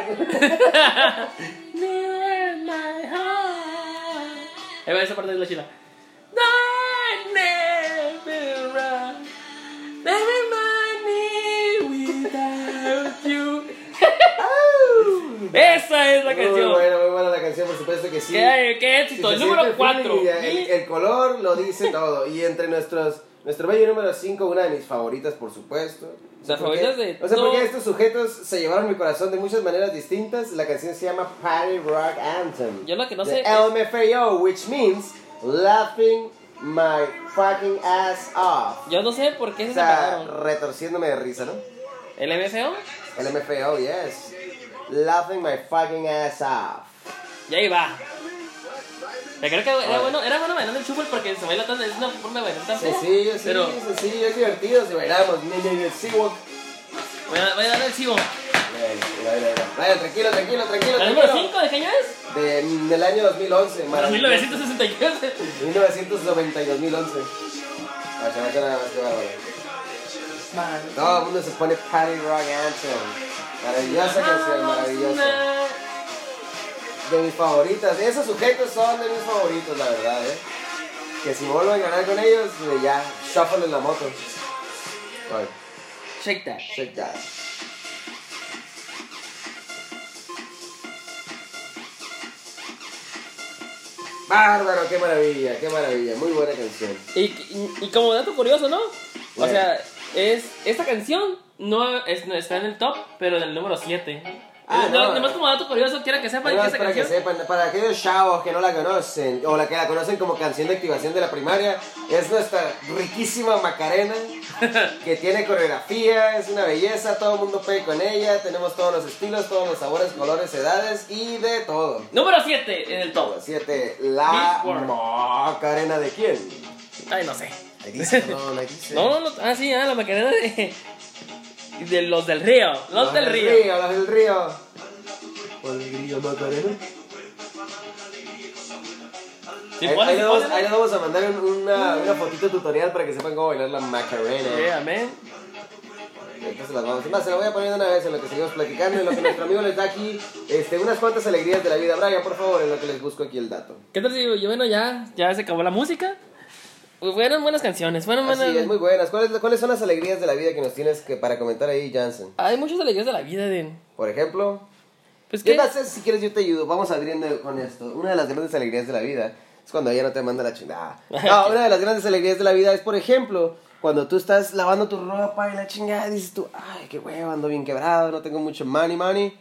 Speaker 2: Mirror my heart. Ahí va, esa parte de la chila. Darkness
Speaker 1: supuesto que sí.
Speaker 2: ¿Qué, qué
Speaker 1: Si
Speaker 2: éxito?
Speaker 1: se
Speaker 2: el
Speaker 1: siente
Speaker 2: número
Speaker 1: feeling
Speaker 2: 4.
Speaker 1: y El, el color lo dice todo. Y entre nuestros. Nuestro bello número 5, una de mis favoritas, por supuesto. No sé
Speaker 2: Las
Speaker 1: por qué-
Speaker 2: favoritas de
Speaker 1: No sé por
Speaker 2: todo-
Speaker 1: qué estos sujetos se llevaron mi corazón de muchas maneras distintas. La canción se llama Party Rock Anthem.
Speaker 2: Yo lo que no
Speaker 1: de
Speaker 2: sé es-
Speaker 1: LMFAO, which means laughing my fucking ass off.
Speaker 2: Yo no sé por qué se
Speaker 1: O sea,
Speaker 2: separaron.
Speaker 1: retorciéndome de risa, ¿no?
Speaker 2: ¿El MFO?
Speaker 1: LMFAO, yes. Laughing my fucking ass off.
Speaker 2: Y ahí va. Me creo que era bueno, era bueno bailar el chupel porque se baila tan, es una forma de bailar tan fea.
Speaker 1: Sencillo, sí,
Speaker 2: Pero
Speaker 1: sencillo, es divertido si bailamos. Ni- ni- ni el Seawalk.
Speaker 2: voy a, voy a dar el chivo.
Speaker 1: Ay, ay, ay, ay. Ay, Tranquilo, tranquilo, tranquilo.
Speaker 2: ¿La número
Speaker 1: tranquilo.
Speaker 2: 5 de qué año es?
Speaker 1: De- del año 2011, maravilloso.
Speaker 2: 1962.
Speaker 1: 1990 y 2011. Vaya, vaya, nada más, qué bárbaro. Todo el mundo se pone Patty Rock Anthem. Maravillosa canción, maravillosa.
Speaker 2: Ah, Una-
Speaker 1: De mis favoritas. Esos sujetos son de mis favoritos, la verdad, eh. Que si vuelvo a ganar con ellos, eh, ya, shuffle en la moto. Ay,
Speaker 2: Shake that.
Speaker 1: shake that. Bárbaro, qué maravilla, qué maravilla, muy buena canción.
Speaker 2: Y, y, y como dato curioso, ¿no? O
Speaker 1: Yeah.
Speaker 2: sea, es esta canción no, es, no está en el top, pero en el número 7.
Speaker 1: Ah,
Speaker 2: no,
Speaker 1: no.
Speaker 2: nomás como dato curioso, quiero que sepan que
Speaker 1: Además,
Speaker 2: esta
Speaker 1: para que
Speaker 2: canción.
Speaker 1: sepan, para aquellos chavos que no la conocen, o la que la conocen como canción de activación de la primaria, es nuestra riquísima Macarena, que tiene coreografía, es una belleza, todo el mundo puede con ella, tenemos todos los estilos, todos los sabores, colores, edades y de todo.
Speaker 2: Número 7 en el top.
Speaker 1: 7. La
Speaker 2: Billboard.
Speaker 1: Macarena de quién?
Speaker 2: Ay, no sé.
Speaker 1: Ahí dice, no, no ahí dice.
Speaker 2: No, no, ah, sí, ah, la maquinera de, de los del río. Los, del río.
Speaker 1: Los del río. Los del río Macarena.
Speaker 2: Sí,
Speaker 1: ahí,
Speaker 2: ponle,
Speaker 1: ahí
Speaker 2: sí,
Speaker 1: le vamos,
Speaker 2: ponle.
Speaker 1: ahí le vamos a mandar un- una, una fotito tutorial para que sepan cómo bailar la Macarena.
Speaker 2: Sí, amén.
Speaker 1: Entonces las vamos. Más, se lo voy a poner de una vez en lo que seguimos platicando, en lo que nuestro amigo les da aquí este, unas cuantas alegrías de la vida. Brian, por favor, en lo que les busco aquí el dato.
Speaker 2: ¿Qué tal si yo, bueno, ya, ya se acabó la música? Pues Fueron buenas canciones, fueron
Speaker 1: Así
Speaker 2: buenas.
Speaker 1: es, muy buenas. ¿Cuáles, ¿Cuáles son las alegrías de la vida que nos tienes que, para comentar ahí, Jansen?
Speaker 2: Hay muchas alegrías de la vida, de.
Speaker 1: Por ejemplo,
Speaker 2: Pues
Speaker 1: ¿qué
Speaker 2: que.
Speaker 1: pasa si quieres yo te ayudo? Vamos abriendo con esto. Una de las grandes alegrías de la vida es cuando ella no te manda la chingada. No, una de las grandes alegrías de la vida es, por ejemplo, cuando tú estás lavando tu ropa y la chingada dices tú, ay, qué huevo, ando bien quebrado, no tengo mucho money, money.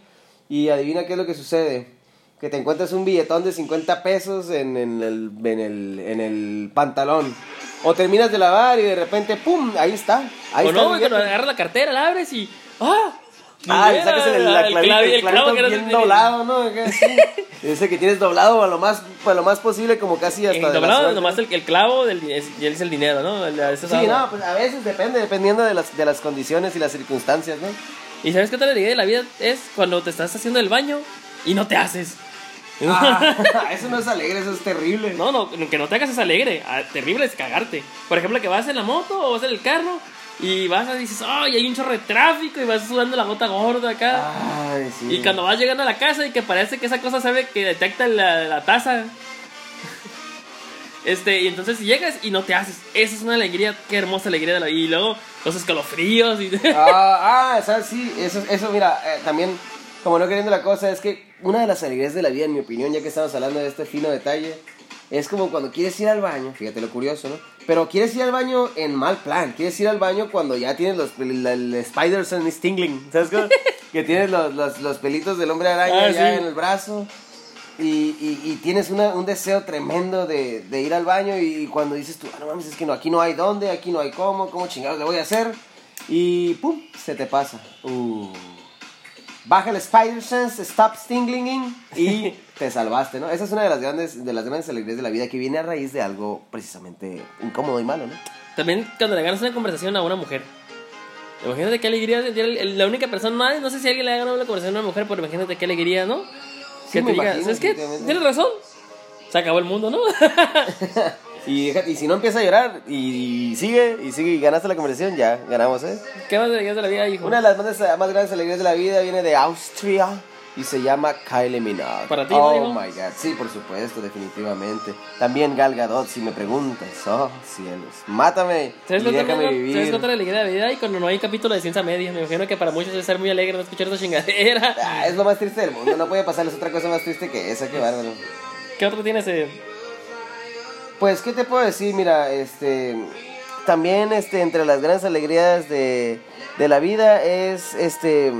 Speaker 1: Y adivina qué es lo que sucede. Que te encuentras un billetón de 50 pesos en, en el, en, el, en el pantalón. O terminas de lavar y de repente, ¡pum! Ahí está. Ahí
Speaker 2: o
Speaker 1: está.
Speaker 2: no,
Speaker 1: el
Speaker 2: güey, cuando
Speaker 1: billete.
Speaker 2: agarras la cartera, la abres y. ¡Ah!
Speaker 1: Ah, le
Speaker 2: Mira,
Speaker 1: sacas el, la
Speaker 2: el
Speaker 1: clavito,
Speaker 2: clavi-
Speaker 1: el
Speaker 2: el clavo
Speaker 1: clavito
Speaker 2: que no
Speaker 1: bien
Speaker 2: tenía.
Speaker 1: doblado, ¿no? Acá, así. Ese que tienes doblado a lo más, a lo más posible, como casi hasta
Speaker 2: El
Speaker 1: de la
Speaker 2: doblado,
Speaker 1: suerte.
Speaker 2: nomás el, el clavo, del, es, y él es el dinero, ¿no? El- esa
Speaker 1: Sí,
Speaker 2: sábana.
Speaker 1: no, pues a veces depende, dependiendo de las, de las condiciones y las circunstancias, ¿no?
Speaker 2: ¿Y sabes qué otra alegría de la vida es cuando te estás haciendo el baño y no te haces?
Speaker 1: Ah, eso no es alegre, eso es terrible.
Speaker 2: No, no, que no te hagas es alegre. Ah, Terrible es cagarte. Por ejemplo, que vas en la moto o vas en el carro y vas y dices, ¡ay, hay un chorro de tráfico! Y vas sudando la gota gorda acá.
Speaker 1: Ay, sí.
Speaker 2: Y cuando vas llegando a la casa y que parece que esa cosa sabe que detecta la, la taza. Este, y entonces llegas y no te haces. Esa es una alegría, qué hermosa alegría de la vida. Y luego los escalofríos y...
Speaker 1: Ah, ah, o sea, sí, eso, eso mira, eh, también, como no queriendo la cosa, es que una de las alegrías de la vida, en mi opinión, ya que estamos hablando de este fino detalle, es como cuando quieres ir al baño, fíjate lo curioso, ¿no? Pero quieres ir al baño en mal plan, quieres ir al baño cuando ya tienes los, pel- la- el spider sense tingling, ¿sabes cómo? que tienes los, los, los pelitos del hombre araña
Speaker 2: Ah,
Speaker 1: ya
Speaker 2: sí.
Speaker 1: en el brazo. Y, y- y tienes una- un deseo tremendo de, de ir al baño y, cuando dices tú, "Ah, no mames, es que no, aquí no hay dónde, aquí no hay cómo, cómo chingados le voy a hacer. Y pum, se te pasa. Uh. Baja el Spider Sense, stop stingling y te salvaste, ¿no? Esa es una de las grandes de las grandes alegrías de la vida que viene a raíz de algo precisamente incómodo y malo, ¿no?
Speaker 2: También cuando le ganas una conversación a una mujer. Imagínate qué alegría sentir el- el- la única persona. No, no sé si alguien le ha ganado una conversación a una mujer, pero imagínate qué alegría, ¿no?
Speaker 1: Sí,
Speaker 2: que
Speaker 1: me
Speaker 2: te diga,
Speaker 1: imagino,
Speaker 2: ¿sabes qué?
Speaker 1: efectivamente.
Speaker 2: Tienes razón. Se acabó el mundo, ¿no?
Speaker 1: Y, deja- y si no empieza a llorar y, y sigue y sigue y ganaste la conversación, ya ganamos, ¿eh?
Speaker 2: ¿Qué más alegrías de la vida, hijo?
Speaker 1: Una de las más, más grandes alegrías de la vida viene de Austria, y se llama Kylie Minogue.
Speaker 2: Para ti, ¿no,
Speaker 1: Oh
Speaker 2: Diego?
Speaker 1: my god, sí, por supuesto, definitivamente. También Gal Gadot, si me preguntas, oh cielos, mátame y
Speaker 2: ¿Sabes cuánto
Speaker 1: déjame
Speaker 2: tengo? ¿Sabes
Speaker 1: vivir.
Speaker 2: cuánto la alegría de la vida? Y cuando no hay capítulo de ciencia media, me imagino que para muchos debe ser muy alegre no escuchar esa chingadera.
Speaker 1: Ah, es lo más triste del mundo, no puede pasarles otra cosa más triste que esa, qué bárbaro.
Speaker 2: ¿Qué otro tienes? eh?
Speaker 1: Pues, ¿qué te puedo decir? Mira, este. También, este, entre las grandes alegrías de, de la vida es, este.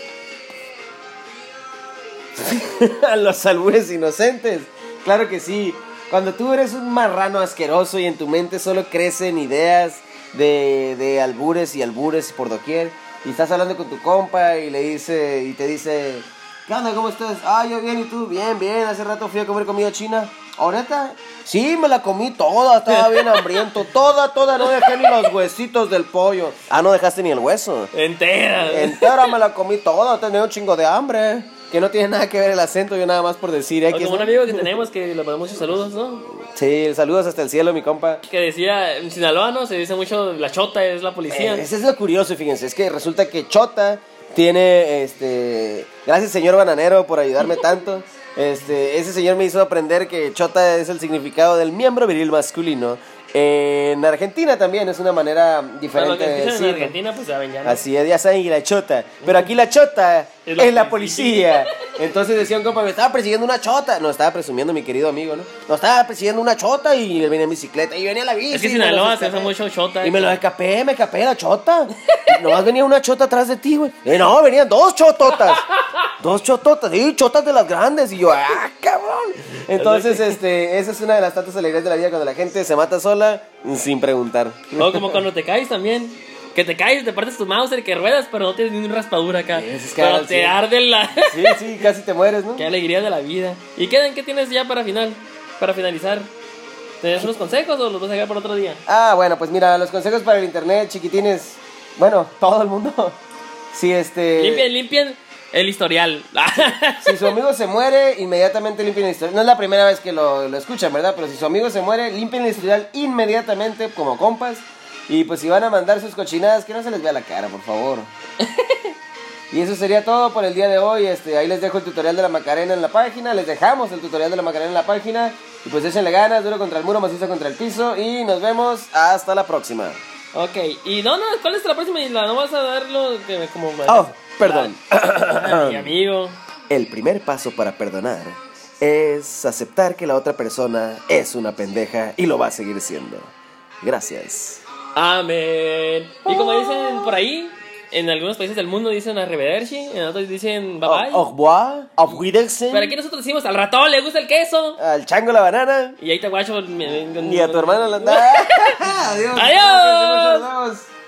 Speaker 1: los albures inocentes. Claro que sí. Cuando tú eres un marrano asqueroso y en tu mente solo crecen ideas de, de albures y albures por doquier, y estás hablando con tu compa y le dice, y te dice, ¿qué onda? ¿Cómo estás? Ah, yo bien, ¿y tú? Bien, bien. Hace rato fui a comer comida china. ¿Ahorita? Sí, me la comí toda, estaba bien hambriento. Toda, toda, no dejé ni los huesitos del pollo. Ah, no dejaste ni el hueso.
Speaker 2: Entera.
Speaker 1: Entera me la comí toda, tenía un chingo de hambre. Que no tiene nada que ver el acento, yo nada más por decir
Speaker 2: O
Speaker 1: X.
Speaker 2: como un
Speaker 1: ¿no?
Speaker 2: amigo que tenemos que le mandamos muchos saludos, ¿no?
Speaker 1: Sí, saludos hasta el cielo, mi compa.
Speaker 2: Que decía, en Sinaloa, ¿no? Se dice mucho, la chota es la policía.
Speaker 1: Eh, ese es lo curioso, fíjense, es que resulta que Chota tiene, este, gracias señor bananero por ayudarme tanto. Este, ese señor me hizo aprender que Chota es el significado del miembro viril masculino. En Argentina también es una manera
Speaker 2: Para
Speaker 1: diferente
Speaker 2: los que
Speaker 1: de
Speaker 2: escuchan en
Speaker 1: decirlo.
Speaker 2: Argentina, pues saben ya. ¿no?
Speaker 1: Así es, ya saben, y la chota. Pero aquí la chota es
Speaker 2: Es
Speaker 1: la,
Speaker 2: la
Speaker 1: policía. Entonces decía un compa, me estaba persiguiendo una chota. No, estaba presumiendo mi querido amigo, ¿no? No, estaba persiguiendo una chota y él venía en bicicleta y venía la bici.
Speaker 2: Es que
Speaker 1: y me
Speaker 2: Sinaloa
Speaker 1: los
Speaker 2: se hace
Speaker 1: escapé.
Speaker 2: mucho chota.
Speaker 1: Y me lo escapé, me escapé de la chota. Y Nomás venía una chota atrás de ti, güey. Eh, no, venían dos chototas. Dos chototas, sí, chotas de las grandes. Y yo, ah, cabrón. Entonces, este, esa es una de las tantas alegrías de la vida cuando la gente se mata sola sin preguntar.
Speaker 2: O como cuando te caes también. Que te caes, te partes tu Mauser, que ruedas, pero no tienes ni una raspadura acá.
Speaker 1: Eso es que
Speaker 2: pero
Speaker 1: ahora sí.
Speaker 2: te arde la.
Speaker 1: Sí, sí, casi te mueres, ¿no?
Speaker 2: Qué alegría de la vida. ¿Y qué, qué tienes ya para final? Para finalizar. ¿Tenés unos consejos o los vas a dejar para otro día?
Speaker 1: Ah, bueno, pues mira, los consejos para el internet, chiquitines. Bueno, todo el mundo. Si este.
Speaker 2: Limpien, limpien el historial.
Speaker 1: Si su amigo se muere, inmediatamente limpien el historial. No es la primera vez que lo, lo escuchan, ¿verdad? Pero si su amigo se muere, limpien el historial inmediatamente como compas. Y pues si van a mandar sus cochinadas, que no se les vea la cara, por favor. Y eso sería todo por el día de hoy. Este, ahí les dejo el tutorial de la Macarena en la página. Les dejamos el tutorial de la Macarena en la página. Y pues échenle ganas, duro contra el muro, macizo contra el piso. Y nos vemos hasta la próxima.
Speaker 2: ok. Y no, no, ¿cuál es la próxima? Y la no vas a darlo que- como...
Speaker 1: Oh, perdón.
Speaker 2: Ah, mi amigo.
Speaker 1: El primer paso para perdonar es aceptar que la otra persona es una pendeja y lo va a seguir siendo. Gracias.
Speaker 2: Amén. Y como dicen por ahí, en algunos países del mundo dicen arrivederci, en otros dicen bye bye.
Speaker 1: Au revoir, auf Wiedersehen,
Speaker 2: Pero aquí nosotros decimos al ratón le gusta el queso.
Speaker 1: al chango la banana
Speaker 2: Y ahí te guacho. me- me-
Speaker 1: y a tu hermana la andada. Adiós.
Speaker 2: Adiós.
Speaker 1: Nos vemos.